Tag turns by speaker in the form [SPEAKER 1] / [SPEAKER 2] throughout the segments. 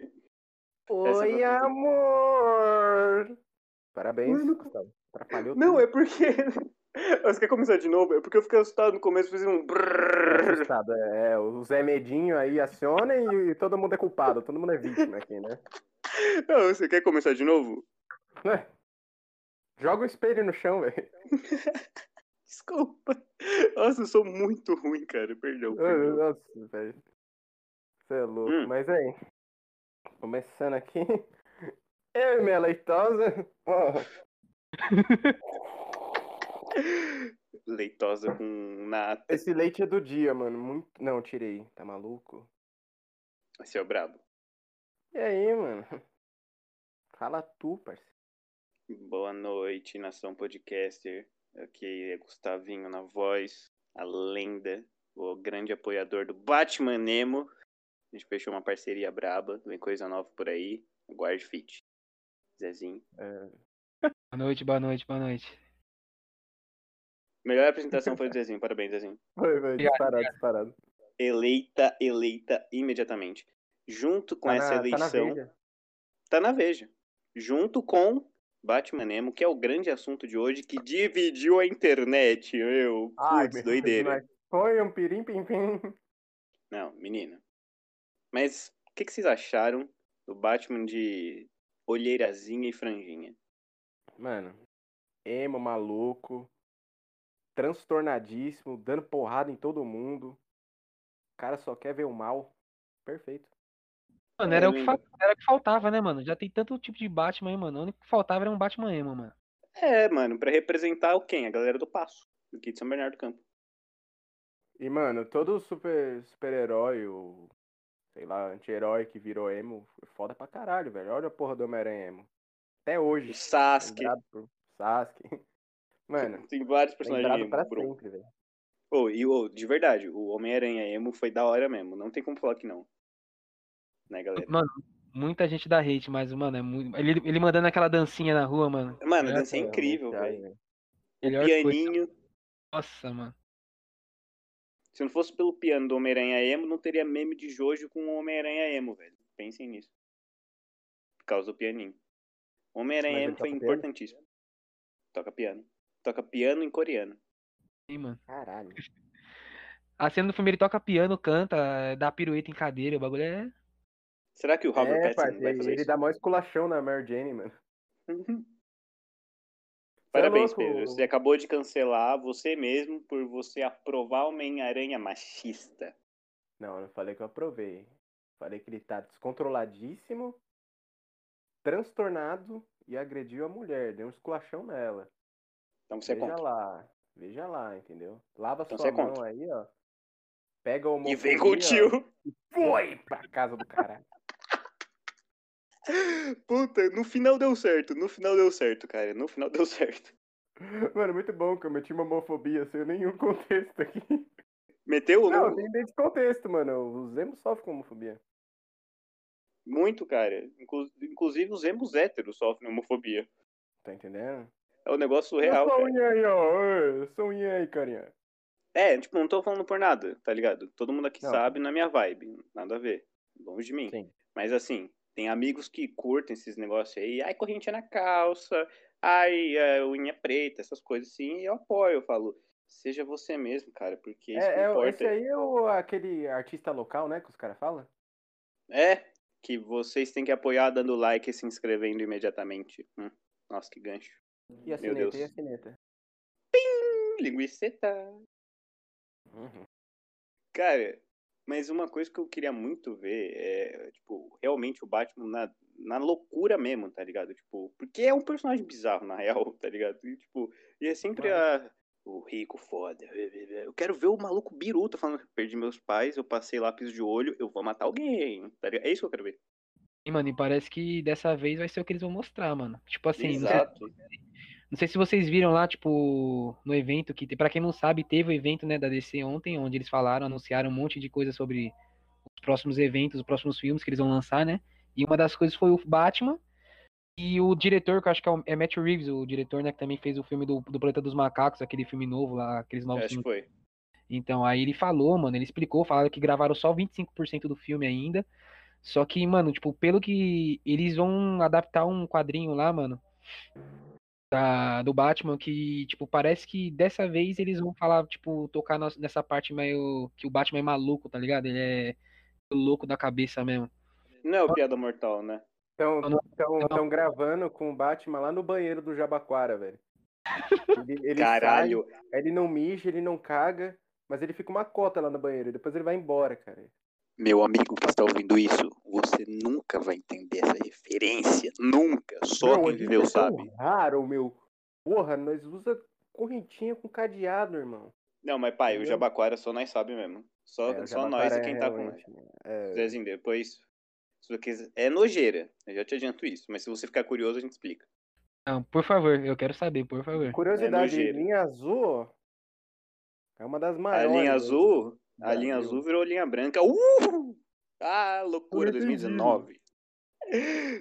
[SPEAKER 1] é Oi, amor! Parabéns,
[SPEAKER 2] Mano.
[SPEAKER 1] Gustavo. Atrapalhou
[SPEAKER 2] Não,
[SPEAKER 1] tudo.
[SPEAKER 2] é porque. Você quer começar de novo? É porque eu fiquei assustado no começo, fiz
[SPEAKER 1] É
[SPEAKER 2] um. brrrr.
[SPEAKER 1] assustado, é, é, o Zé Medinho aí aciona e, todo mundo é culpado, todo mundo é vítima aqui, né?
[SPEAKER 2] Não, você quer começar de novo?
[SPEAKER 1] Joga o espelho no chão, velho.
[SPEAKER 2] Desculpa. Nossa, eu sou muito ruim, cara. Perdão.
[SPEAKER 1] Ô,
[SPEAKER 2] perdão.
[SPEAKER 1] Nossa, velho. Você é louco.
[SPEAKER 2] Hum.
[SPEAKER 1] Mas aí, começando aqui, eu e minha leitosa. ó,
[SPEAKER 2] Leitosa com nata.
[SPEAKER 1] esse leite é do dia, mano. Muito... Não, tirei. Tá maluco?
[SPEAKER 2] Esse é o brabo.
[SPEAKER 1] E aí, mano? Fala tu, parceiro.
[SPEAKER 2] Boa noite, nação podcaster. Aqui é Gustavinho na voz, a lenda, o grande apoiador do Batman Nemo. A gente fechou uma parceria braba, vem coisa nova por aí. Aguarde fit. Zezinho.
[SPEAKER 3] Boa noite, boa noite, boa noite.
[SPEAKER 2] Melhor apresentação foi do Zezinho, parabéns, Zezinho.
[SPEAKER 1] Foi, velho.
[SPEAKER 3] Obrigado,
[SPEAKER 1] Disparado, disparado. Tá
[SPEAKER 2] Eleita, eleita imediatamente. Junto com
[SPEAKER 1] Tá na-
[SPEAKER 2] essa
[SPEAKER 1] tá na
[SPEAKER 2] eleição.
[SPEAKER 1] veia.
[SPEAKER 2] tá na Veja. Junto com Batman Nemo, que é o grande assunto de hoje, que dividiu a internet. Eu,
[SPEAKER 1] Ai,
[SPEAKER 2] putz,
[SPEAKER 1] meu
[SPEAKER 2] doideira.
[SPEAKER 1] Deus, mas Foi um pirim pim pim.
[SPEAKER 2] Não, menina. Mas o que, que vocês acharam do Batman de olheirazinha e franjinha?
[SPEAKER 1] Mano, emo maluco, transtornadíssimo, dando porrada em todo mundo. O cara só quer ver o mal. Perfeito.
[SPEAKER 3] Mano,
[SPEAKER 2] É,
[SPEAKER 3] era o,
[SPEAKER 2] eu
[SPEAKER 3] que
[SPEAKER 2] lembro.
[SPEAKER 3] fal- era o que faltava, né, mano? Já tem tanto tipo de Batman aí, mano. O único que faltava era um Batman emo, mano.
[SPEAKER 2] É, mano, pra representar o quem? A galera do Passo, aqui de São Bernardo do Campo.
[SPEAKER 1] E, mano, todo super super-herói, ou, sei lá, anti-herói que virou emo, foi foda pra caralho, velho. Olha a porra do Homem-Aranha emo. Até hoje.
[SPEAKER 2] O Sasuke.
[SPEAKER 1] Lembrado por Sasuke. Mano,
[SPEAKER 2] Tem vários personagens
[SPEAKER 1] lembrado pra
[SPEAKER 2] emo, Bruno.
[SPEAKER 1] sempre, velho.
[SPEAKER 2] Ô, e ô, de verdade, o Homem-Aranha emo foi da hora mesmo. Não tem como falar que não. Né, galera?
[SPEAKER 3] Mano, muita gente dá hate, mas, mano, é muito. Ele, ele mandando aquela dancinha na rua, mano.
[SPEAKER 2] Mano, a
[SPEAKER 3] É,
[SPEAKER 2] dança é
[SPEAKER 1] Mano,
[SPEAKER 2] incrível,
[SPEAKER 1] cara,
[SPEAKER 2] velho. O
[SPEAKER 3] Melhor coisa.
[SPEAKER 2] pianinho.
[SPEAKER 3] Nossa, mano.
[SPEAKER 2] Se não fosse pelo piano do Homem-Aranha Emo, não teria meme de Jojo com o Homem-Aranha Emo, velho. Pensem nisso. Por causa do pianinho. O Homem-Aranha
[SPEAKER 1] Mas ele
[SPEAKER 2] Emo foi
[SPEAKER 1] toca piano?
[SPEAKER 2] importantíssimo. Toca piano. Toca piano em coreano.
[SPEAKER 3] Ih, mano.
[SPEAKER 1] Caralho.
[SPEAKER 3] A cena do filme ele toca piano, canta, eh, dá pirueta em cadeira, o bagulho é.
[SPEAKER 2] Será que o Robert
[SPEAKER 1] É,
[SPEAKER 2] Pattinson
[SPEAKER 1] parceiro,
[SPEAKER 2] vai fazer
[SPEAKER 1] ele
[SPEAKER 2] isso?
[SPEAKER 1] dá mó esculachão na Mary Jane, mano. é
[SPEAKER 2] Parabéns,
[SPEAKER 1] louco.
[SPEAKER 2] Pedro. Você é acabou de cancelar você mesmo por você aprovar o Homem-Aranha machista.
[SPEAKER 1] Não, eu não falei que eu aprovei. Falei que ele tá descontroladíssimo, transtornado e agrediu a mulher. Deu um esculachão nela.
[SPEAKER 2] Então você é
[SPEAKER 1] veja
[SPEAKER 2] contra.
[SPEAKER 1] lá. Veja lá, entendeu? Lava
[SPEAKER 2] Então você
[SPEAKER 1] sua
[SPEAKER 2] é
[SPEAKER 1] mão
[SPEAKER 2] contra.
[SPEAKER 1] aí, ó. Pega o
[SPEAKER 2] E vem com o tio.
[SPEAKER 1] Foi pra casa do cara.
[SPEAKER 2] Puta, no final deu certo. No final deu certo, cara. No final deu certo.
[SPEAKER 1] Mano, muito bom que eu meti uma homofobia sem nenhum contexto aqui.
[SPEAKER 2] Meteu ou
[SPEAKER 1] Não, tem dentro de contexto, mano. Os emos sofrem com homofobia.
[SPEAKER 2] Muito, cara. Inclu- Inclusive os emos héteros sofrem homofobia.
[SPEAKER 1] Tá entendendo?
[SPEAKER 2] É um negócio real,
[SPEAKER 1] Eu sou
[SPEAKER 2] cara.
[SPEAKER 1] um aí, ó. Eu sou um aí, carinha.
[SPEAKER 2] É, tipo, não tô falando por nada, tá ligado? Todo mundo aqui
[SPEAKER 1] Não.
[SPEAKER 2] sabe, não é minha vibe. Nada a ver. Longe de mim.
[SPEAKER 1] Sim.
[SPEAKER 2] Mas assim, tem amigos que curtem esses negócios aí. Ai, correntinha na calça. Ai, é, unha preta, essas coisas assim. E eu apoio, eu falo. Seja você mesmo, cara, porque isso
[SPEAKER 1] É,
[SPEAKER 2] que
[SPEAKER 1] é, o-
[SPEAKER 2] importa.
[SPEAKER 1] esse aí é o, aquele artista local, né? Que os caras falam?
[SPEAKER 2] É, que vocês têm que apoiar dando like e se inscrevendo imediatamente. Hum, nossa, que gancho.
[SPEAKER 1] E a
[SPEAKER 2] Meu
[SPEAKER 1] sineta,
[SPEAKER 2] Deus.
[SPEAKER 1] e a sineta.
[SPEAKER 2] Hum, Linguiceta. Cara, mas uma coisa que eu queria muito ver é, tipo, realmente o Batman na, na loucura mesmo, tá ligado? Tipo, porque é um personagem bizarro, na real, tá ligado? E, tipo, e é sempre a, o rico foda. Eu quero ver o maluco biruta falando, perdi meus pais, eu passei lápis de olho, eu vou matar alguém, tá ligado? É isso que eu quero ver.
[SPEAKER 3] E, mano, e parece que dessa vez vai ser o que eles vão mostrar, mano. Tipo assim, não sei,
[SPEAKER 2] Exato.
[SPEAKER 3] Não sei se vocês viram lá, tipo, no evento que, pra quem não sabe, teve o evento, né, da DC ontem, onde eles falaram, anunciaram um monte de coisa sobre os próximos eventos, os próximos filmes que eles vão lançar, né? E uma das coisas foi o Batman e o diretor, que eu acho que é, o, é Matt Reeves, o diretor, né, que também fez o filme do, do Planeta dos Macacos, aquele filme novo lá, aqueles novos
[SPEAKER 2] É, Acho que
[SPEAKER 3] filmes.
[SPEAKER 2] foi.
[SPEAKER 3] Então, aí ele falou, mano, ele explicou, falaram que gravaram só 25% do filme ainda. Só que, mano, tipo, pelo que eles vão adaptar um quadrinho lá, mano, da, do Batman, que, tipo, parece que dessa vez eles vão falar, tipo, tocar nas- nessa parte meio que o Batman é maluco, tá ligado? Ele é louco da cabeça mesmo.
[SPEAKER 2] Não é o Piada Mortal, né?
[SPEAKER 1] Estão
[SPEAKER 3] Não, não.
[SPEAKER 1] gravando com o Batman lá no banheiro do Jabaquara, velho. Ele, ele
[SPEAKER 2] Caralho.
[SPEAKER 1] sai, ele não mija, ele não caga, mas ele fica uma cota lá no banheiro. Depois ele vai embora, cara.
[SPEAKER 2] Meu amigo que está ouvindo isso, você nunca vai entender essa referência. Nunca. Só
[SPEAKER 1] Não,
[SPEAKER 2] quem
[SPEAKER 1] ele
[SPEAKER 2] viveu
[SPEAKER 1] é tão
[SPEAKER 2] sabe.
[SPEAKER 1] Raro, meu. Porra, nós usa correntinha com cadeado, irmão.
[SPEAKER 2] Não, mas pai, o
[SPEAKER 1] Entendeu?
[SPEAKER 2] Jabaquara só nós sabe mesmo. Só,
[SPEAKER 1] É, o
[SPEAKER 2] só nós e
[SPEAKER 1] Jabaquara
[SPEAKER 2] quem
[SPEAKER 1] é
[SPEAKER 2] tá com nós.
[SPEAKER 1] realmente, né? É,
[SPEAKER 2] Zezinho, depois. Se você quiser- É nojeira. Eu já te adianto isso. Mas se você ficar curioso, a gente explica.
[SPEAKER 3] Não, por favor, eu quero saber, por favor.
[SPEAKER 1] Curiosidade,
[SPEAKER 2] nojeira.
[SPEAKER 1] linha azul é uma das
[SPEAKER 2] É, A
[SPEAKER 1] maiores.
[SPEAKER 2] linha
[SPEAKER 1] né,
[SPEAKER 2] azul.
[SPEAKER 1] do
[SPEAKER 2] A linha
[SPEAKER 1] Brasil.
[SPEAKER 2] azul virou linha branca. Uh! Ah, loucura
[SPEAKER 1] Eu entendi.
[SPEAKER 2] 2019.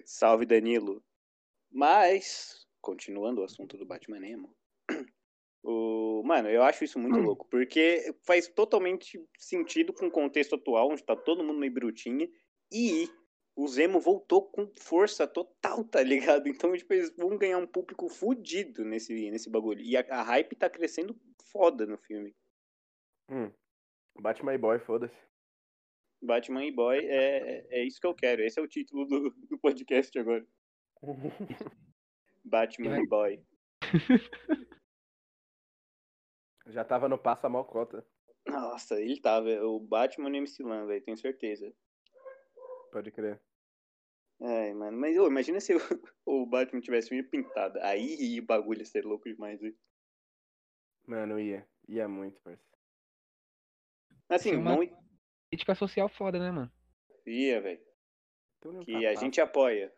[SPEAKER 2] Salve Danilo. Mas, continuando o assunto do Batman Nemo. O... Mano, eu acho isso
[SPEAKER 1] Hum.
[SPEAKER 2] muito louco, porque faz totalmente sentido com o contexto atual, onde tá todo mundo meio brutinha, e o Zemo voltou com força total, tá ligado? Então, tipo, eles vão ganhar um público fudido nesse, nesse bagulho. E a, a hype tá crescendo foda no filme.
[SPEAKER 1] Hum. Batman e Boy, foda-se.
[SPEAKER 2] Batman e Boy é, é isso que eu quero. Esse é o título do, do podcast agora. Batman e Boy.
[SPEAKER 1] Já tava no passo a malcota,
[SPEAKER 2] Nossa, ele tava. o Batman no MC Lan, velho, tenho certeza.
[SPEAKER 1] pode crer.
[SPEAKER 2] Ai, mano, mas ô, imagina se o, o Batman tivesse unha pintada. Aí o bagulho ia ser louco demais, velho.
[SPEAKER 1] Mano, ia. Ia muito, parceiro.
[SPEAKER 2] Assim,
[SPEAKER 3] Sim,
[SPEAKER 2] não
[SPEAKER 3] mas- Crítica social foda, né, mano?
[SPEAKER 2] ia, velho.
[SPEAKER 1] Então, não
[SPEAKER 2] Que
[SPEAKER 1] tá
[SPEAKER 2] a
[SPEAKER 1] papo.
[SPEAKER 2] gente apoia.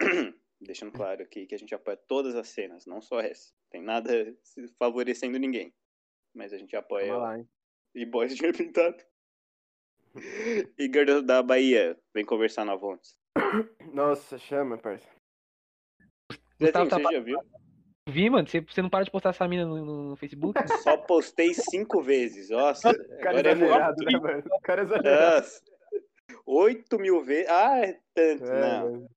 [SPEAKER 2] Deixando claro aqui que a gente apoia todas as cenas, não só essa. Tem nada se favorecendo ninguém. Mas a gente apoia.
[SPEAKER 1] Calma lá, hein?
[SPEAKER 2] E boys de unha pintada. Igor da Bahia, vem conversar na Vontes.
[SPEAKER 1] Nossa, chama, parceiro.
[SPEAKER 2] Zezinho,
[SPEAKER 3] Gustavo
[SPEAKER 2] você
[SPEAKER 3] Tapa-
[SPEAKER 2] já viu?
[SPEAKER 3] Vi, mano, você, você não para de postar essa mina no, no Facebook?
[SPEAKER 2] Só postei cinco vezes. Nossa,
[SPEAKER 1] O cara
[SPEAKER 2] agora é
[SPEAKER 1] exagerado,
[SPEAKER 2] muito.
[SPEAKER 1] né, mano? O cara exagerado.
[SPEAKER 2] Nossa. Oito mil vezes. Ah, é tanto.
[SPEAKER 1] É,
[SPEAKER 2] Não.
[SPEAKER 1] mano.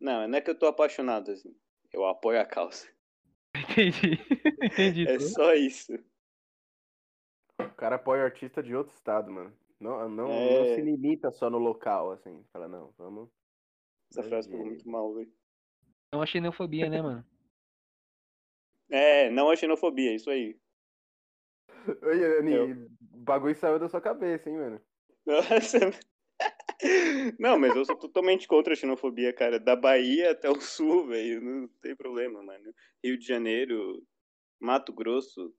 [SPEAKER 2] não, não é que eu tô apaixonado, assim. Eu apoio a causa.
[SPEAKER 3] Entendi. Entendi.
[SPEAKER 2] É
[SPEAKER 3] tudo.
[SPEAKER 2] só isso.
[SPEAKER 1] O cara apoia o artista de outro estado, mano. Não, não,
[SPEAKER 2] É.
[SPEAKER 1] não se limita só no local, assim. Fala, não, vamos.
[SPEAKER 2] Essa frase ficou muito mal, velho.
[SPEAKER 3] É uma xenofobia, né, mano?
[SPEAKER 2] É, não a xenofobia, isso aí.
[SPEAKER 1] Oi, Ani, o bagulho saiu da sua cabeça, hein, mano?
[SPEAKER 2] Nossa. Não, mas eu sou totalmente contra a xenofobia, cara. Da Bahia até o sul, velho. Não tem problema, mano. Rio de Janeiro, Mato Grosso,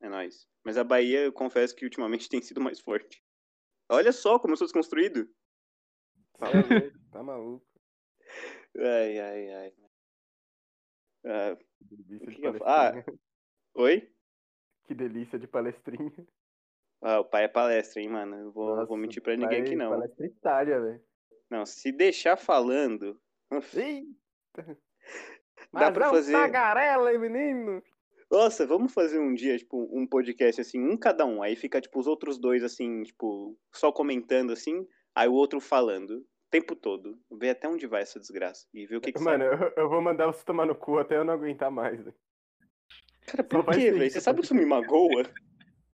[SPEAKER 2] é nóis. Mas a Bahia, eu confesso que ultimamente tem sido mais forte. Olha só como eu sou desconstruído.
[SPEAKER 1] Tá maluco, tá maluco.
[SPEAKER 2] Ai, ai, ai. Ah,
[SPEAKER 1] Que delícia
[SPEAKER 2] O
[SPEAKER 1] de
[SPEAKER 2] que eu Ah, ia
[SPEAKER 1] palestrinha.
[SPEAKER 2] oi?
[SPEAKER 1] Que delícia de palestrinha.
[SPEAKER 2] Ah, o pai é palestra, hein, mano. Eu vou,
[SPEAKER 1] Nossa,
[SPEAKER 2] vou mentir pra ninguém
[SPEAKER 1] Vai,
[SPEAKER 2] aqui, não.
[SPEAKER 1] Palestra Itália, velho.
[SPEAKER 2] Não, se deixar falando,
[SPEAKER 1] Eita!
[SPEAKER 2] Dá
[SPEAKER 1] Mas
[SPEAKER 2] pra
[SPEAKER 1] é um
[SPEAKER 2] fazer-
[SPEAKER 1] tagarela, hein, menino!
[SPEAKER 2] Nossa, vamos fazer um dia, tipo, um podcast assim, um cada um. Aí fica, tipo, os outros dois, assim, tipo, só comentando assim, aí o outro falando. O tempo todo. Ver até onde vai essa desgraça. E ver o que que
[SPEAKER 1] Mano, eu, eu vou mandar você tomar no cu até eu não aguentar mais. velho.
[SPEAKER 2] sai. Cara,
[SPEAKER 1] só
[SPEAKER 2] por
[SPEAKER 1] vai
[SPEAKER 2] quê,
[SPEAKER 1] ser
[SPEAKER 2] velho?
[SPEAKER 1] isso,
[SPEAKER 2] Você sabe que isso me magoa?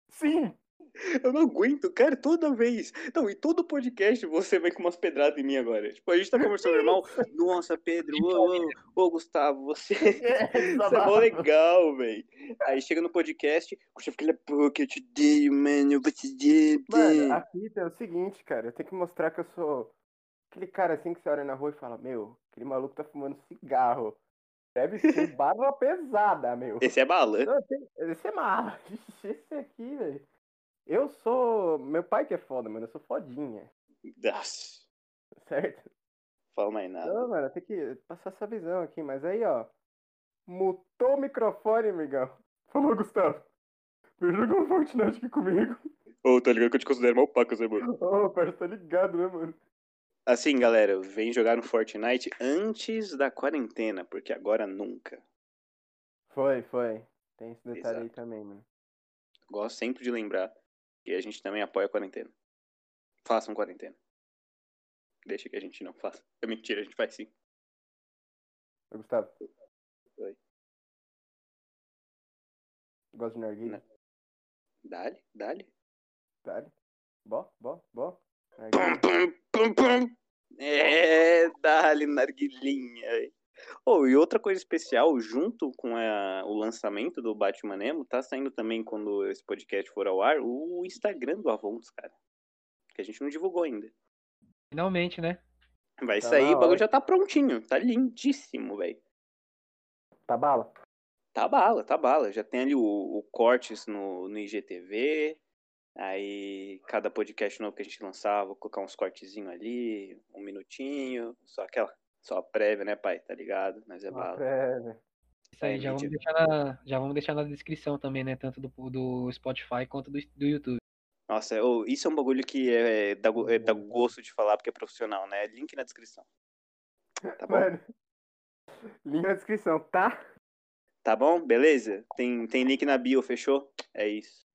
[SPEAKER 1] Sim!
[SPEAKER 2] Eu não aguento, cara, toda vez. Não, e todo podcast você vem com umas pedradas em mim agora. Tipo, a gente tá conversando normal. Nossa, Pedro, ô, ô, ô, Gustavo, você. Isso é mó legal, velho. Aí chega no podcast, você fica, pô, que eu te dei, mano, eu vou te dar.
[SPEAKER 1] Mano, a fita é o seguinte, cara. Eu tenho que mostrar que eu sou aquele cara assim que você olha na rua e fala: Meu, aquele maluco tá fumando cigarro. Deve ser barra pesada, meu.
[SPEAKER 2] Esse é bala.
[SPEAKER 1] Não, tem- Esse é mala. Ixi, Esse aqui, velho. Eu sou. Meu pai que é foda, mano. Eu sou fodinha.
[SPEAKER 2] Nossa,
[SPEAKER 1] Certo?
[SPEAKER 2] fala mais nada.
[SPEAKER 1] Não, mano, tem que passar essa visão aqui, mas aí, ó. Mutou o microfone, amigão. Falou, Gustavo. Vem jogar um Fortnite aqui comigo.
[SPEAKER 2] Ô, tá ligado que eu te considero mal paca, Zé Mano.
[SPEAKER 1] Ô, oh, parça, tá ligado, né, mano?
[SPEAKER 2] Assim, galera, vem jogar no Fortnite antes da quarentena, porque agora nunca.
[SPEAKER 1] Foi, foi. Tem esse detalhe
[SPEAKER 2] Exato.
[SPEAKER 1] aí também, mano.
[SPEAKER 2] Gosto sempre de lembrar que a gente também apoia a quarentena. Façam quarentena. Deixa que a gente não faça. É mentira, a gente faz sim.
[SPEAKER 1] Ô, Gustavo.
[SPEAKER 2] Oi.
[SPEAKER 1] Gosta de narguilha?
[SPEAKER 2] Não. Dale, dale.
[SPEAKER 1] Dale. Bó, bó, bó. Narguilha.
[SPEAKER 2] Pum, pum, pum, pum. É, dale, narguilinha. Oh, e outra coisa especial, junto com a- o lançamento do Batman Nemo, tá saindo também, quando esse podcast for ao ar, o Instagram do Avontes, cara. Que a gente não divulgou ainda.
[SPEAKER 3] Finalmente, né?
[SPEAKER 2] Vai
[SPEAKER 1] Tá na
[SPEAKER 2] sair, o
[SPEAKER 1] hora.
[SPEAKER 2] bagulho já tá prontinho. Tá lindíssimo, velho.
[SPEAKER 1] Tá bala?
[SPEAKER 2] Tá bala, tá bala. Já tem ali o, o cortes no, no IGTV. Aí, cada podcast novo que a gente lançar, vou colocar uns cortezinhos ali, um minutinho. Só aquela, só a prévia, né, pai? Tá ligado? Mas é bala.
[SPEAKER 1] Prévia.
[SPEAKER 3] Isso aí, já vamos,
[SPEAKER 2] Mídia.
[SPEAKER 3] deixar na, já vamos deixar na descrição também, né? Tanto do, do Spotify quanto do, do YouTube.
[SPEAKER 2] Nossa, ô, isso é um bagulho que é, dá, go- é, dá gosto de falar porque é profissional, né? Link na descrição. Tá bom?
[SPEAKER 1] Mano. Link na descrição, tá?
[SPEAKER 2] Tá bom? Beleza? Tem, tem link na bio, fechou? É isso.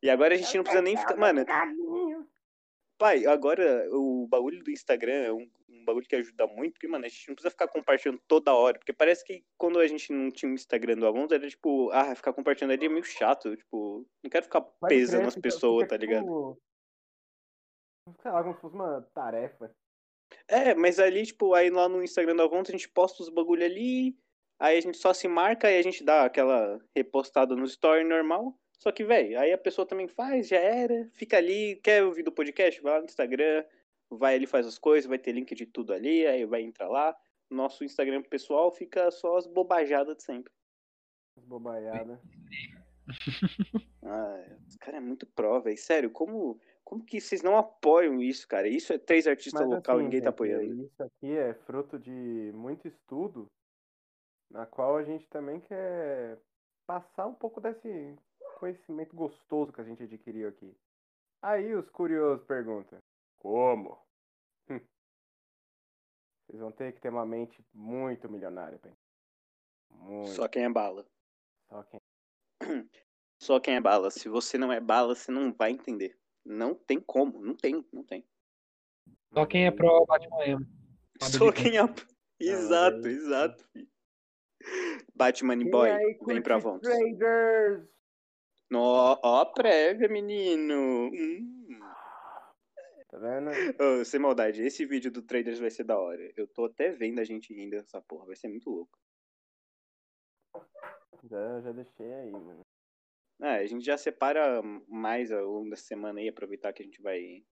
[SPEAKER 2] E agora a gente não precisa nem ficar. Mano, pai, agora o bagulho do Instagram é um, um bagulho que ajuda muito, porque, mano, a gente não precisa ficar compartilhando toda hora. Porque parece que quando a gente não tinha o Instagram do Avon, era tipo, ah, ficar compartilhando ali é meio chato. Tipo, não quero ficar
[SPEAKER 1] Pode
[SPEAKER 2] pesando
[SPEAKER 1] crer,
[SPEAKER 2] as
[SPEAKER 1] então, fica-
[SPEAKER 2] pessoas,
[SPEAKER 1] fica
[SPEAKER 2] tá ligado?
[SPEAKER 1] tipo- Sei lá, como se fosse uma tarefa.
[SPEAKER 2] É, mas ali, tipo, aí lá no Instagram da Avonta a gente posta os bagulho ali, aí a gente só se marca e a gente dá aquela repostada no story normal. Só que, velho, aí a pessoa também faz, já era, fica ali, quer ouvir do podcast, vai lá no Instagram, vai ali, faz as coisas, vai ter link de tudo ali, aí vai entrar lá. Nosso Instagram pessoal fica só as bobajadas de sempre.
[SPEAKER 1] Bobaiada.
[SPEAKER 2] Ah, os cara é muito pró, velho. Sério, como, como que vocês não apoiam isso, cara? Isso é três artistas
[SPEAKER 1] Mas
[SPEAKER 2] local e
[SPEAKER 1] assim,
[SPEAKER 2] ninguém tá
[SPEAKER 1] gente,
[SPEAKER 2] apoiando.
[SPEAKER 1] Isso aqui é fruto de muito estudo, na qual a gente também quer passar um pouco desse conhecimento gostoso que a gente adquiriu aqui. Aí os curiosos perguntam: como? Hum. Vocês vão ter que ter uma mente muito milionária, bem. Muito.
[SPEAKER 2] Só quem é bala.
[SPEAKER 1] Só quem-
[SPEAKER 2] Só quem é bala. Se você não é bala, você não vai entender. Não tem como. Não tem, não tem.
[SPEAKER 3] Só quem é
[SPEAKER 1] Uhum.
[SPEAKER 3] pro Batman Emo.
[SPEAKER 1] Tá
[SPEAKER 3] Sabe
[SPEAKER 2] Só
[SPEAKER 3] de
[SPEAKER 2] quem é. Exato,
[SPEAKER 1] aí-
[SPEAKER 2] exato. filho. Batman e
[SPEAKER 1] Quem
[SPEAKER 2] Boy,
[SPEAKER 1] aí
[SPEAKER 2] vem
[SPEAKER 1] curte
[SPEAKER 2] pra Avons.
[SPEAKER 1] Traders!
[SPEAKER 2] No- Ó, a prévia, menino. Hum.
[SPEAKER 1] Tá vendo?
[SPEAKER 2] Ô, sem maldade, esse vídeo do Traders vai ser da hora. Eu tô até vendo a gente rindo dessa porra. Vai ser muito louco.
[SPEAKER 1] Já, já deixei aí, mano.
[SPEAKER 2] Ah, a gente já separa mais ao longo da semana aí, aproveitar que a gente vai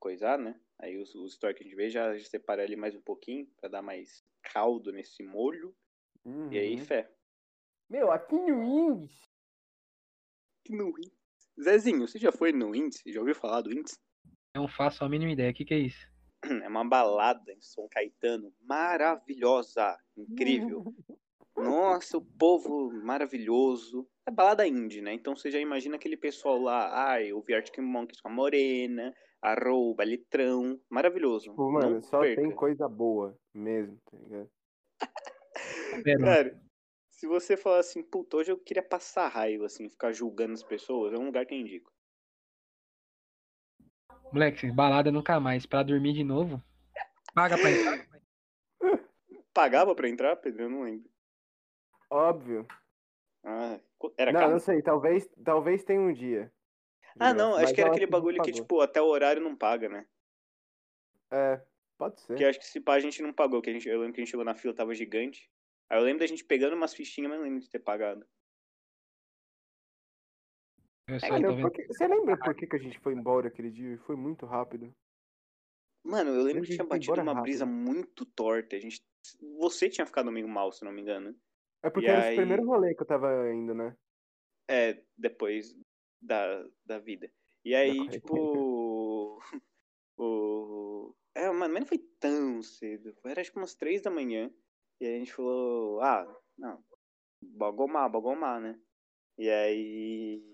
[SPEAKER 2] coisar, né? Aí os, os stories que a gente vê, já separa ali mais um pouquinho, pra dar mais caldo nesse molho. E aí,
[SPEAKER 1] Uhum.
[SPEAKER 2] fé.
[SPEAKER 1] Meu, aqui no Wings
[SPEAKER 2] No índice. Zezinho, você já foi no índice? Já ouviu falar do índice?
[SPEAKER 3] Não faço a mínima ideia. O que, que é isso?
[SPEAKER 2] É uma balada em São Caetano. Maravilhosa. Incrível. Nossa, o povo maravilhoso. É balada indie, né? Então você já imagina aquele pessoal lá. Ai, eu vi Arctic Monkeys com a Morena, Arroba, Litrão. Maravilhoso.
[SPEAKER 1] Tipo, mano,
[SPEAKER 2] Não
[SPEAKER 1] só
[SPEAKER 2] perca.
[SPEAKER 1] tem coisa boa mesmo, tá ligado?
[SPEAKER 3] Pérola.
[SPEAKER 2] Cara, se você falar assim, puta, hoje eu queria passar raiva, assim, ficar julgando as pessoas, é um lugar que eu indico.
[SPEAKER 1] É.
[SPEAKER 3] Moleque, balada nunca mais. Pra dormir de novo? Paga pra entrar.
[SPEAKER 2] Pagava pra entrar, Pedro? Eu não lembro.
[SPEAKER 1] Óbvio.
[SPEAKER 2] Ah, era
[SPEAKER 1] não,
[SPEAKER 2] caro?
[SPEAKER 1] não sei, talvez, talvez tenha um dia. de
[SPEAKER 2] Ah,
[SPEAKER 1] graça,
[SPEAKER 2] não,
[SPEAKER 1] mas
[SPEAKER 2] acho que era
[SPEAKER 1] eu
[SPEAKER 2] aquele
[SPEAKER 1] a gente
[SPEAKER 2] bagulho que,
[SPEAKER 1] pagou.
[SPEAKER 2] tipo, até o horário não paga, né?
[SPEAKER 1] É, pode ser.
[SPEAKER 2] Que acho que se pá, a gente não pagou, que a gente, eu lembro que a gente chegou na fila, tava gigante. Aí eu lembro da gente pegando umas fichinhas, mas não lembro de ter pagado.
[SPEAKER 3] Eu só
[SPEAKER 1] Cara,
[SPEAKER 3] tô
[SPEAKER 1] por
[SPEAKER 3] vendo.
[SPEAKER 1] É que- você lembra por que, que a gente foi embora aquele dia? Foi muito rápido.
[SPEAKER 2] Mano, eu lembro
[SPEAKER 1] Lembro
[SPEAKER 2] que
[SPEAKER 1] que
[SPEAKER 2] tinha
[SPEAKER 1] a gente foi
[SPEAKER 2] batido
[SPEAKER 1] embora
[SPEAKER 2] uma brisa
[SPEAKER 1] rápido.
[SPEAKER 2] muito torta. A gente, você tinha ficado meio mal, se não me engano. né?
[SPEAKER 1] É porque
[SPEAKER 2] E
[SPEAKER 1] era
[SPEAKER 2] aí-
[SPEAKER 1] o primeiro rolê que eu tava indo, né?
[SPEAKER 2] É, depois da, da vida. E aí,
[SPEAKER 1] correria.
[SPEAKER 2] tipo. o... É, mano, mas não foi tão cedo. Era tipo umas três da manhã. E aí a gente falou, ah, não. Bagomar, bagomar, né? E aí.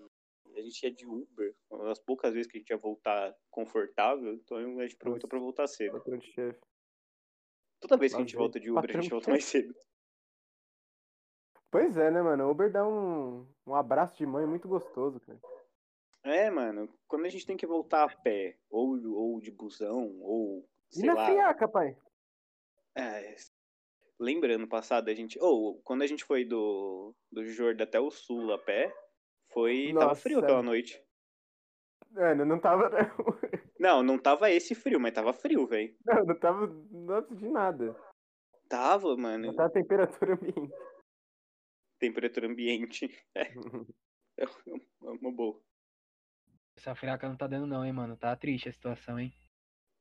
[SPEAKER 2] A gente ia de Uber. Uma das poucas vezes que a gente ia voltar confortável, então a gente aproveitou pra voltar cedo.
[SPEAKER 1] Patrão de chefe.
[SPEAKER 2] Toda vez que a gente
[SPEAKER 1] Lazer. Tá
[SPEAKER 2] volta de Uber, a gente
[SPEAKER 1] Patrão.
[SPEAKER 2] volta mais cedo.
[SPEAKER 1] Pois é, né, mano? O Uber dá um, um abraço de mãe muito gostoso, cara.
[SPEAKER 2] É, mano, quando a gente tem que voltar a pé, ou, ou de busão, ou
[SPEAKER 1] E
[SPEAKER 2] sei
[SPEAKER 1] na
[SPEAKER 2] lá.
[SPEAKER 1] friaca, pai?
[SPEAKER 2] É, lembra ano passado a gente. Ou quando a gente foi do, do Jorda até o sul a pé, foi. Tava
[SPEAKER 1] Nossa.
[SPEAKER 2] frio aquela noite.
[SPEAKER 1] É, não, não tava. não.
[SPEAKER 2] Não, não tava esse frio, mas tava frio, velho.
[SPEAKER 1] Não, não tava nossa, de nada.
[SPEAKER 2] Tava, mano.
[SPEAKER 1] Não tava temperatura ambiente.
[SPEAKER 2] Temperatura ambiente. É uma boa.
[SPEAKER 3] Essa fraca não tá dando não, hein, mano. Tá triste a situação, hein.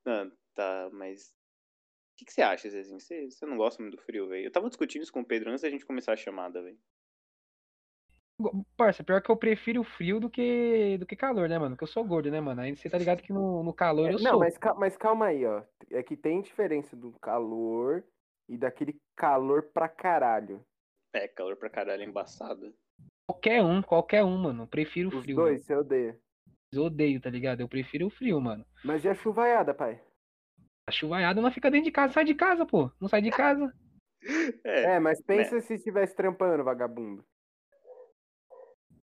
[SPEAKER 2] Não, tá, mas. O que, que você acha, Zezinho? Você, você não gosta muito do frio, velho? Eu tava discutindo isso com o Pedro antes da gente começar a chamada, velho.
[SPEAKER 3] Go- Parça, pior que eu prefiro frio do que, do que calor, né, mano? Porque eu sou gordo, né, mano? Aí você tá ligado que no, no calor eu
[SPEAKER 1] É, Não,
[SPEAKER 3] sou.
[SPEAKER 1] mas, cal- mas calma aí, ó. É que tem diferença do calor e daquele calor pra caralho.
[SPEAKER 2] É, calor pra caralho, é embaçado.
[SPEAKER 3] Qualquer um, qualquer um, mano. Eu Prefiro o
[SPEAKER 1] Os
[SPEAKER 3] frio.
[SPEAKER 1] dois, você odeia.
[SPEAKER 3] mano. Eu odeio, tá ligado? Eu prefiro o frio, mano.
[SPEAKER 1] Mas e a chuvaiada, pai?
[SPEAKER 3] A chuvaiada não fica dentro de casa, sai de casa, pô. Não sai de casa.
[SPEAKER 2] É, né?
[SPEAKER 1] É, mas pensa se estivesse trampando, vagabundo.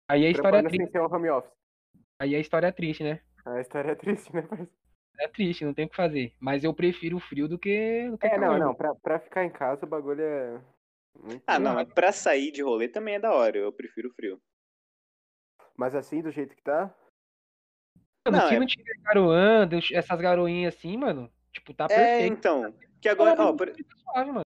[SPEAKER 3] Aí a história é
[SPEAKER 1] Trampando
[SPEAKER 3] triste.
[SPEAKER 1] sem ser um home office.
[SPEAKER 2] assim.
[SPEAKER 3] Aí a história é triste, né?
[SPEAKER 1] A história é triste, né, parceiro?
[SPEAKER 3] É triste, não tem o que fazer. Mas eu prefiro o frio do que, do que
[SPEAKER 1] É, não,
[SPEAKER 3] calor.
[SPEAKER 1] não. Pra, pra ficar em casa, o bagulho é. muito-
[SPEAKER 2] Ah, não, mas pra sair de rolê também é da hora. Eu prefiro o frio.
[SPEAKER 1] Mas assim, do jeito que tá.
[SPEAKER 3] Mano,
[SPEAKER 2] Não,
[SPEAKER 3] se
[SPEAKER 2] é-
[SPEAKER 3] não tiver garoando, essas garoinhas assim, mano, tipo,
[SPEAKER 1] Ah,
[SPEAKER 3] tá
[SPEAKER 2] É,
[SPEAKER 3] perfeito.
[SPEAKER 2] então. Que agora, ó,
[SPEAKER 3] Mano,
[SPEAKER 2] por,
[SPEAKER 3] tá suave, mano.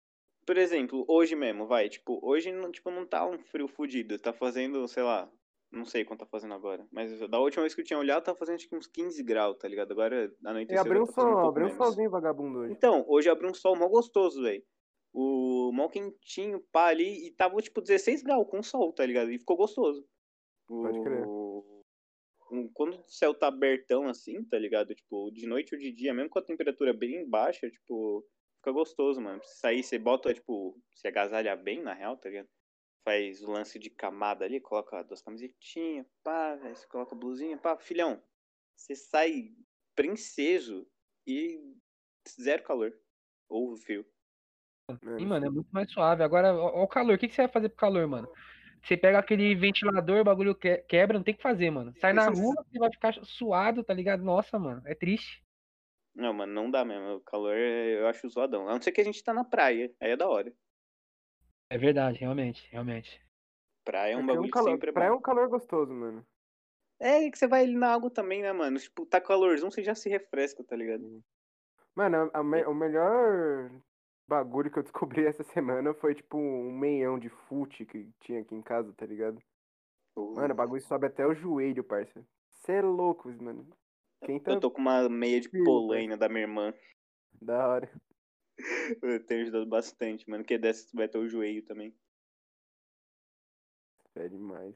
[SPEAKER 2] por exemplo, hoje mesmo, vai, tipo, hoje não, tipo, não tá um frio fudido. Tá fazendo, sei lá, não sei quanto tá fazendo agora. Mas da última vez que eu tinha olhado, tá fazendo acho que uns 15 graus, tá ligado? Agora a noite
[SPEAKER 1] E abriu um
[SPEAKER 2] tá fazendo
[SPEAKER 1] sol,
[SPEAKER 2] pouco
[SPEAKER 1] abriu um
[SPEAKER 2] menos.
[SPEAKER 1] solzinho, vagabundo hoje.
[SPEAKER 2] Então, hoje abriu um sol mó gostoso, velho. O mó quentinho, pá, ali, e tava tipo 16 graus com sol, tá ligado? E ficou gostoso.
[SPEAKER 1] Pode crer.
[SPEAKER 2] O- o- Quando o céu tá abertão assim, tá ligado? Tipo, de noite ou de dia, mesmo com a temperatura bem baixa, tipo, fica gostoso, mano. Pra você sair, você bota, tipo, se agasalha bem, na real, tá ligado? Faz o lance de camada ali, coloca duas camisetinhas, pá, aí você coloca a blusinha, pá, filhão. Você sai princeso e zero calor. Ou frio.
[SPEAKER 1] Mano,
[SPEAKER 3] Sim,
[SPEAKER 1] né?
[SPEAKER 3] mano, é muito mais suave. Agora, ó, ó o calor. O que, que você vai fazer pro calor, mano? Você pega aquele ventilador, o bagulho que- quebra, não tem o que fazer, mano. Sai na rua, você vai ficar suado, tá ligado? Nossa, mano, é triste.
[SPEAKER 2] Não, mano, não dá mesmo. O calor é- eu acho zoadão. A não ser que a gente tá na praia. Aí é da hora.
[SPEAKER 3] É verdade, realmente, realmente.
[SPEAKER 2] Praia é um
[SPEAKER 1] porque
[SPEAKER 2] bagulho que
[SPEAKER 1] calor,
[SPEAKER 2] sempre é
[SPEAKER 1] pra é
[SPEAKER 2] bom.
[SPEAKER 1] um calor gostoso, mano.
[SPEAKER 2] É que você vai ali na água também, né, mano? Tipo, tá calorzão, você já se refresca, tá ligado?
[SPEAKER 1] Mano, a- a me- o melhor bagulho que eu descobri essa semana foi tipo um meião de fute que tinha aqui em casa, tá ligado?
[SPEAKER 2] Tipo,
[SPEAKER 1] Mano,
[SPEAKER 2] Uhum.
[SPEAKER 1] o bagulho sobe até o joelho, parça. Cê é louco, mano. Quem tá
[SPEAKER 2] É, Eu tô com uma meia de
[SPEAKER 1] Sim,
[SPEAKER 2] polaina da minha irmã.
[SPEAKER 1] da hora.
[SPEAKER 2] Eu tenho ajudado bastante, mano. Que dessa vai ter o joelho também.
[SPEAKER 1] É demais.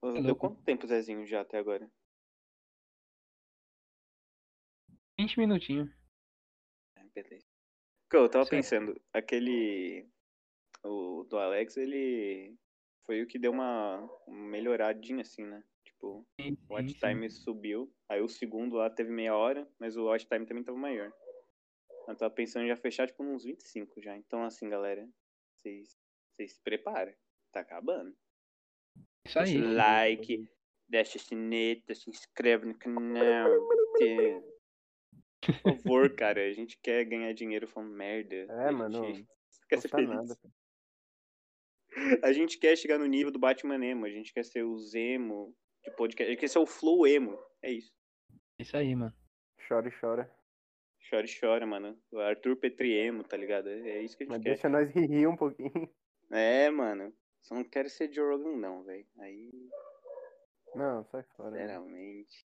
[SPEAKER 1] Tá
[SPEAKER 2] Ô,
[SPEAKER 3] É
[SPEAKER 2] Deu
[SPEAKER 3] louco.
[SPEAKER 2] quanto tempo, Zezinho, já até agora?
[SPEAKER 3] 20 minutinhos.
[SPEAKER 2] Ah, Beleza. Pô, Eu tava
[SPEAKER 3] Certo.
[SPEAKER 2] pensando, aquele. O do Alex, ele. Foi o que deu uma uma melhoradinha, assim, né? Tipo.
[SPEAKER 3] Sim,
[SPEAKER 2] O watch
[SPEAKER 1] Uhum.
[SPEAKER 3] sim, sim.
[SPEAKER 2] time subiu. Aí o segundo lá teve meia hora, mas o watch time também tava maior. Eu tava pensando em já fechar tipo uns 25 já. Então assim, galera, vocês vocês se preparem. Tá acabando.
[SPEAKER 1] Tá
[SPEAKER 3] Isso aí.
[SPEAKER 2] Deixa o like, deixa a sineta, se inscreve no canal. tê. Por favor, cara, a gente quer ganhar dinheiro falando merda.
[SPEAKER 1] É,
[SPEAKER 2] A
[SPEAKER 1] mano,
[SPEAKER 2] gente Quer ser
[SPEAKER 1] custa
[SPEAKER 2] feliz.
[SPEAKER 1] tá nada.
[SPEAKER 2] A gente quer chegar no nível do Batman Emo. A gente quer ser o Zemo de podcast. A gente quer ser o Flow Emo. É isso.
[SPEAKER 3] Isso aí, mano.
[SPEAKER 1] Chora e chora.
[SPEAKER 2] Chora e chora, mano. O Arthur Petriemo, tá ligado? É isso que a gente
[SPEAKER 1] Mas
[SPEAKER 2] quer.
[SPEAKER 1] deixa nós rir, rir um pouquinho.
[SPEAKER 2] É, mano. Só não quero ser Joe Rogan, não, velho. Aí,
[SPEAKER 1] Não, sai fora. mano.
[SPEAKER 2] sinceramente.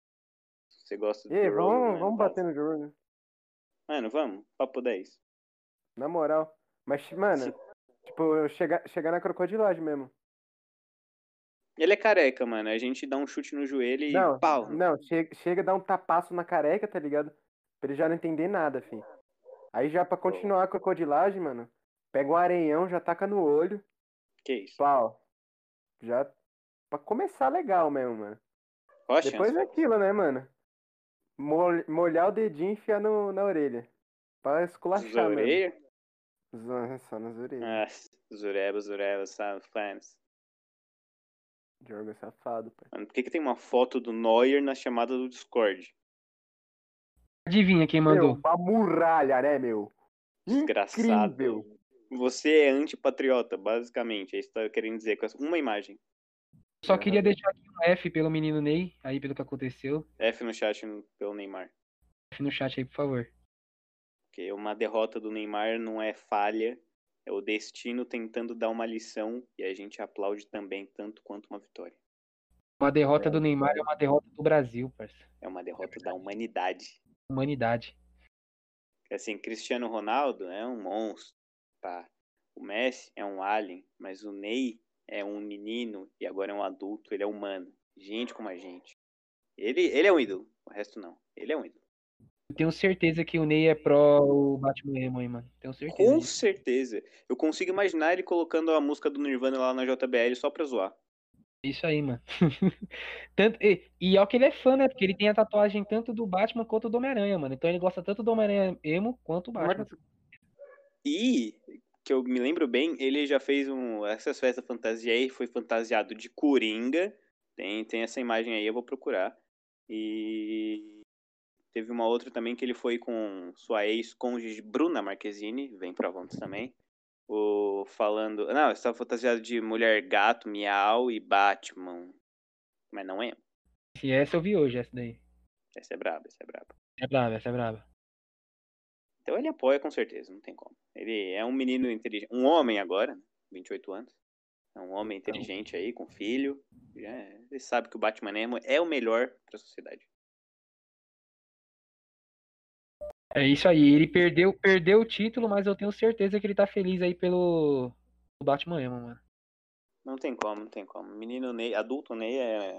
[SPEAKER 2] Se Você gosta do
[SPEAKER 1] E aí,
[SPEAKER 2] Joe Rogan,
[SPEAKER 1] vamos,
[SPEAKER 2] mano,
[SPEAKER 1] vamos
[SPEAKER 2] fala.
[SPEAKER 1] bater no jogo.
[SPEAKER 2] Mano, vamos. Papo 10.
[SPEAKER 1] Na moral. Mas, mano, tipo, chegar chegar na crocodilagem mesmo.
[SPEAKER 2] Ele é careca, mano. A gente dá um chute no joelho e
[SPEAKER 1] Não,
[SPEAKER 2] pau.
[SPEAKER 1] não, chega, chega a dar um tapaço na careca, tá ligado? Pra ele já não entender nada, fi. Aí já pra continuar a crocodilagem, mano, pega um areião, já taca no olho,
[SPEAKER 2] Que isso?
[SPEAKER 1] pau. Já pra começar legal mesmo, mano.
[SPEAKER 2] Qual a
[SPEAKER 1] Depois
[SPEAKER 2] chance?
[SPEAKER 1] é aquilo, né, mano? Mol- Molhar o dedinho e enfiar no, na orelha. Pra esculachar mesmo.
[SPEAKER 2] Zoreia?
[SPEAKER 1] Zo- Só nas orelhas.
[SPEAKER 2] Ah, Zureba, Zureba, sabe? Fans.
[SPEAKER 1] Jogo safado, pai.
[SPEAKER 2] Mano, por que, que tem uma foto do Neuer na chamada do Discord?
[SPEAKER 3] Adivinha quem
[SPEAKER 1] Meu,
[SPEAKER 3] mandou?
[SPEAKER 1] uma muralha, né, meu?
[SPEAKER 2] Desgraçado.
[SPEAKER 1] Incrível.
[SPEAKER 2] Você é antipatriota, basicamente. É isso que tá querendo dizer com essa uma imagem.
[SPEAKER 3] Só queria deixar aqui um F pelo menino Ney, aí pelo que aconteceu.
[SPEAKER 2] F no chat no- pelo Neymar.
[SPEAKER 3] F no chat aí, por favor.
[SPEAKER 2] Porque uma derrota do Neymar não é falha, é o destino tentando dar uma lição e a gente aplaude também tanto quanto uma vitória.
[SPEAKER 3] Uma derrota
[SPEAKER 1] É,
[SPEAKER 3] do Neymar é uma derrota do Brasil, parça.
[SPEAKER 2] É uma derrota da humanidade.
[SPEAKER 3] Humanidade.
[SPEAKER 2] Assim, Cristiano Ronaldo é um monstro, pá. O Messi é um alien, mas o Ney é um menino e agora é um adulto, ele é humano. Gente como a gente. Ele, ele é um ídolo, o resto não. Ele é um ídolo.
[SPEAKER 3] Eu tenho certeza que o Ney é pró o Batman Emo, hein, mano. Tenho certeza.
[SPEAKER 2] Com
[SPEAKER 3] disso.
[SPEAKER 2] certeza. Eu consigo imaginar ele colocando a música do Nirvana lá na JBL só pra zoar.
[SPEAKER 3] Isso aí, mano. tanto, e, e ó que ele é fã, né? Porque ele tem a tatuagem tanto do Batman quanto do Homem-Aranha, mano. Então ele gosta tanto do Homem-Aranha emo quanto do
[SPEAKER 2] É,
[SPEAKER 3] Batman.
[SPEAKER 2] E, que eu me lembro bem, ele já fez um. Essas festas fantasia aí, foi fantasiado de Coringa. Tem, tem essa imagem aí, eu vou procurar. E teve uma outra também que ele foi com sua ex-cônjuge Bruna Marquezine, vem pra Vontes também. O, falando. Não, estava fantasiado de mulher gato, miau e Batman. Mas não é.
[SPEAKER 3] E essa eu vi hoje, essa daí.
[SPEAKER 2] Essa é braba, essa é braba.
[SPEAKER 3] É brava, essa é brava.
[SPEAKER 2] Então ele apoia com certeza, não tem como. Ele é um menino inteligente, um homem agora, né, 28 anos. É um homem inteligente aí, com filho. Já é- ele sabe que o Batman Nemo é o melhor pra sociedade.
[SPEAKER 3] É isso aí. Ele perdeu, perdeu o título, mas eu tenho certeza que ele tá feliz aí pelo pelo Batman emo, mano.
[SPEAKER 2] Não tem como, não tem como. Menino Ney, adulto Ney é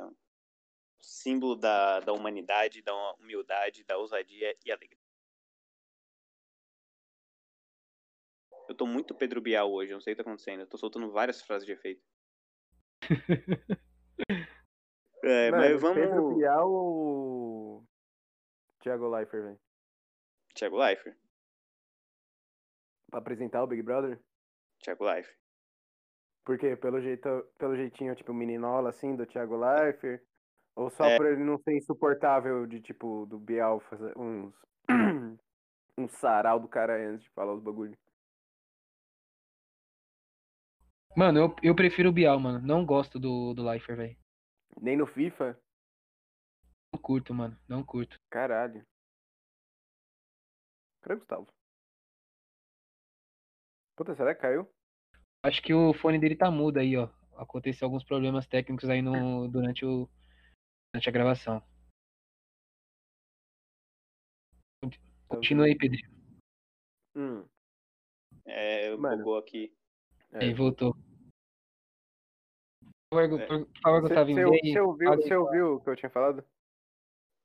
[SPEAKER 2] símbolo da, da humanidade, da humildade, da ousadia e alegria. Eu tô muito Pedro Bial hoje, eu não sei o que tá acontecendo. Eu tô soltando várias frases de efeito. É,
[SPEAKER 1] Mano,
[SPEAKER 2] mas vamos.
[SPEAKER 1] Pedro Bial ou Thiago Leifert, velho?
[SPEAKER 2] Thiago Leifert.
[SPEAKER 1] Pra apresentar o Big Brother?
[SPEAKER 2] Thiago Leifert.
[SPEAKER 1] Porque pelo, jeito, pelo jeitinho, tipo, meninola, assim, do Thiago Leifert? Ou só
[SPEAKER 2] É.
[SPEAKER 1] por ele não ser insuportável de, tipo, do Bial fazer uns... um sarau do cara antes de falar os bagulho?
[SPEAKER 3] Mano, eu, eu prefiro o Bial, mano. Não gosto do, do Lifer, velho.
[SPEAKER 1] Nem no FIFA?
[SPEAKER 3] Não curto, mano. Não curto.
[SPEAKER 1] Caralho. Cadê o Gustavo? Puta, será que caiu?
[SPEAKER 3] Acho que o fone dele tá mudo aí, ó. Aconteceu alguns problemas técnicos aí no, durante, o, durante a gravação. Continua aí, Pedro.
[SPEAKER 1] Hum.
[SPEAKER 2] É, eu
[SPEAKER 1] Mano.
[SPEAKER 2] bugou aqui.
[SPEAKER 1] É.
[SPEAKER 3] Aí, voltou. Por favor,
[SPEAKER 2] É.
[SPEAKER 3] por- por favor,
[SPEAKER 1] Você
[SPEAKER 3] Gustavinho,
[SPEAKER 1] você-
[SPEAKER 3] vê aí.
[SPEAKER 1] você ouviu,
[SPEAKER 3] Fala aí,
[SPEAKER 1] você
[SPEAKER 3] fala.
[SPEAKER 1] ouviu o que eu tinha falado?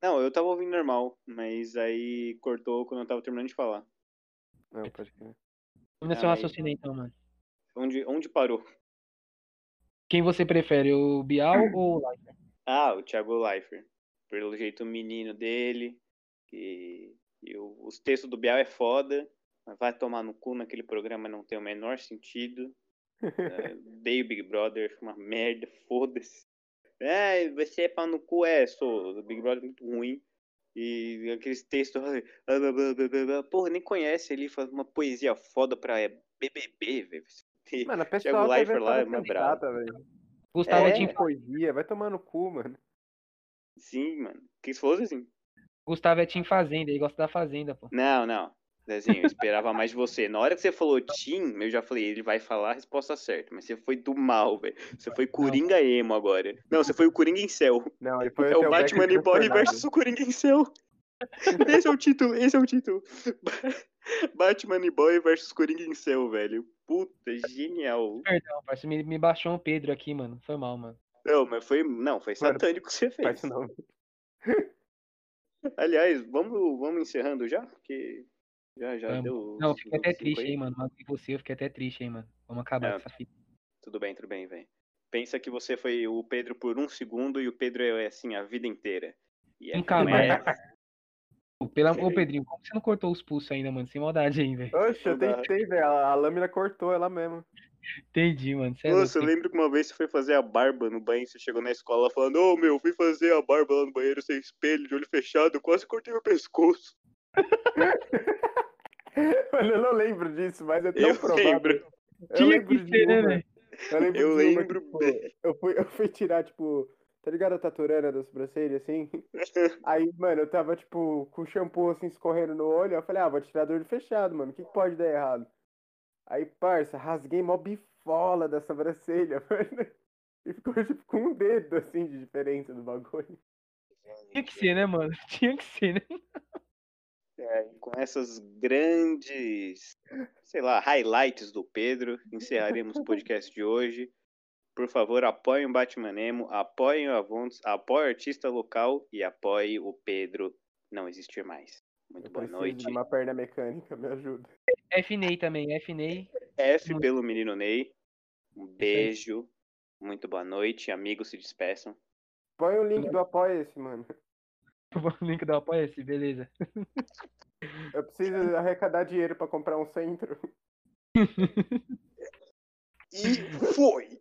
[SPEAKER 2] Não, eu tava ouvindo normal, mas aí cortou quando eu tava terminando de falar.
[SPEAKER 1] Não,
[SPEAKER 2] É.
[SPEAKER 1] pode crer.
[SPEAKER 3] Termina seu
[SPEAKER 2] aí.
[SPEAKER 3] raciocínio aí, então, mano.
[SPEAKER 2] Onde, onde parou?
[SPEAKER 3] Quem você prefere, o Bial ou o Lifer?
[SPEAKER 2] Ah, o Thiago Leifert. Pelo jeito menino dele. E, e o- os textos do Bial é foda. Mas vai tomar no cu naquele programa, não tem o menor sentido. É, Odeio Big Brother, acho uma merda, foda-se. É, você é pau no cu, é, sou. O Big Brother é muito ruim. E aqueles textos. ai, ah, blá, blá, blá, blá, blá. Porra, nem conhece ele, faz uma poesia foda pra é, BBB, velho.
[SPEAKER 1] Mano, a pessoa tá
[SPEAKER 2] Leifert
[SPEAKER 1] vendo
[SPEAKER 2] lá
[SPEAKER 1] lá,
[SPEAKER 2] é
[SPEAKER 1] é
[SPEAKER 2] uma
[SPEAKER 1] sensata, velho.
[SPEAKER 3] Gustavo
[SPEAKER 1] É,
[SPEAKER 3] é,
[SPEAKER 2] É.
[SPEAKER 3] Team,
[SPEAKER 1] poesia, vai tomar no cu, mano.
[SPEAKER 2] Sim, mano. Que se fosse assim.
[SPEAKER 3] Gustavo é team Fazenda, ele gosta da Fazenda, pô.
[SPEAKER 2] Não, não. Zezinho, eu esperava mais de você. Na hora que você falou Tim, eu já falei, ele vai falar a resposta certa. Mas você foi do mal, velho. Você foi Coringa emo agora. Não, você foi o Coringa em céu.
[SPEAKER 1] Não, ele foi
[SPEAKER 2] É
[SPEAKER 1] até
[SPEAKER 2] o Batman
[SPEAKER 1] Beck
[SPEAKER 2] e Boy
[SPEAKER 1] transtornado.
[SPEAKER 2] versus o Coringa em céu. Esse é o título, esse é o título. Ba- Batman e Boy versus Coringa em céu, velho. Puta, genial.
[SPEAKER 3] Perdão, parceiro, me, me baixou um Pedro aqui, mano. Foi mal, mano.
[SPEAKER 2] Não, mas foi, não, foi
[SPEAKER 1] Mano,
[SPEAKER 2] satânico o que você
[SPEAKER 1] Faz
[SPEAKER 2] fez.
[SPEAKER 1] isso não.
[SPEAKER 2] Aliás, vamos, vamos encerrando já? Porque já, já
[SPEAKER 3] Vamos.
[SPEAKER 2] deu.
[SPEAKER 3] Não, eu
[SPEAKER 2] os-
[SPEAKER 3] fiquei até
[SPEAKER 2] os cinco
[SPEAKER 3] triste,
[SPEAKER 2] aí.
[SPEAKER 3] hein, mano. Mas com você, eu fiquei até triste, hein, mano. Vamos acabar
[SPEAKER 2] É.
[SPEAKER 3] com essa fita.
[SPEAKER 2] Tudo bem, tudo bem, velho. Pensa que você foi o Pedro por um segundo e o Pedro é assim a vida inteira. E é
[SPEAKER 3] Nunca
[SPEAKER 2] aquela
[SPEAKER 3] mais.
[SPEAKER 2] merda.
[SPEAKER 3] Pô, Pela...
[SPEAKER 2] É.
[SPEAKER 3] Ô, Pedrinho, como você não cortou os pulsos ainda, mano? Sem maldade ainda. velho.
[SPEAKER 1] Oxe, eu
[SPEAKER 2] Não dá.
[SPEAKER 1] tentei, velho. A lâmina cortou ela mesmo.
[SPEAKER 3] Entendi, mano. Você é
[SPEAKER 2] Nossa, eu
[SPEAKER 3] louco, hein?
[SPEAKER 2] lembro que uma vez você foi fazer a barba no banho, você chegou na escola falando, ô meu, fui fazer a barba lá no banheiro sem espelho, de olho fechado, eu quase cortei meu pescoço.
[SPEAKER 1] Mano, eu não lembro disso, mas é tão
[SPEAKER 2] Eu
[SPEAKER 1] provável.
[SPEAKER 2] lembro.
[SPEAKER 1] Eu
[SPEAKER 3] Tinha
[SPEAKER 1] lembro
[SPEAKER 3] que
[SPEAKER 1] de
[SPEAKER 3] ser, né,
[SPEAKER 1] uma.
[SPEAKER 3] velho?
[SPEAKER 1] Eu lembro,
[SPEAKER 2] Eu
[SPEAKER 1] de uma
[SPEAKER 2] lembro
[SPEAKER 1] que,
[SPEAKER 2] bem.
[SPEAKER 1] tipo, eu fui, eu fui tirar, tipo, tá ligado a taturana da sobrancelha, assim? Aí, mano, eu tava, tipo, com o shampoo, assim, escorrendo no olho. Eu falei, ah, vou tirar do olho fechado, mano. O que, que pode dar errado? Aí, parça, rasguei mó bifola da sobrancelha, mano. E ficou, tipo, com um dedo, assim, de diferença do bagulho.
[SPEAKER 3] Tinha que ser, né, mano? Tinha que ser, né?
[SPEAKER 2] É, e com essas grandes, sei lá, highlights do Pedro, encerraremos o podcast de hoje. Por favor, apoiem o Batman Nemo, apoiem o Avontes, apoiem o artista local e apoiem o Pedro não existir mais. Muito
[SPEAKER 1] Eu
[SPEAKER 2] boa
[SPEAKER 1] preciso
[SPEAKER 2] noite.
[SPEAKER 1] de uma perna mecânica, me ajuda.
[SPEAKER 3] FNEI também, FNEI.
[SPEAKER 2] F
[SPEAKER 3] Muito.
[SPEAKER 2] pelo menino Ney. Um beijo. Muito boa noite. Amigos se despeçam.
[SPEAKER 1] Põe o link do Apoia-se, mano.
[SPEAKER 3] O link do apoia-se, beleza.
[SPEAKER 1] Eu preciso arrecadar dinheiro pra comprar um centro.
[SPEAKER 2] E foi!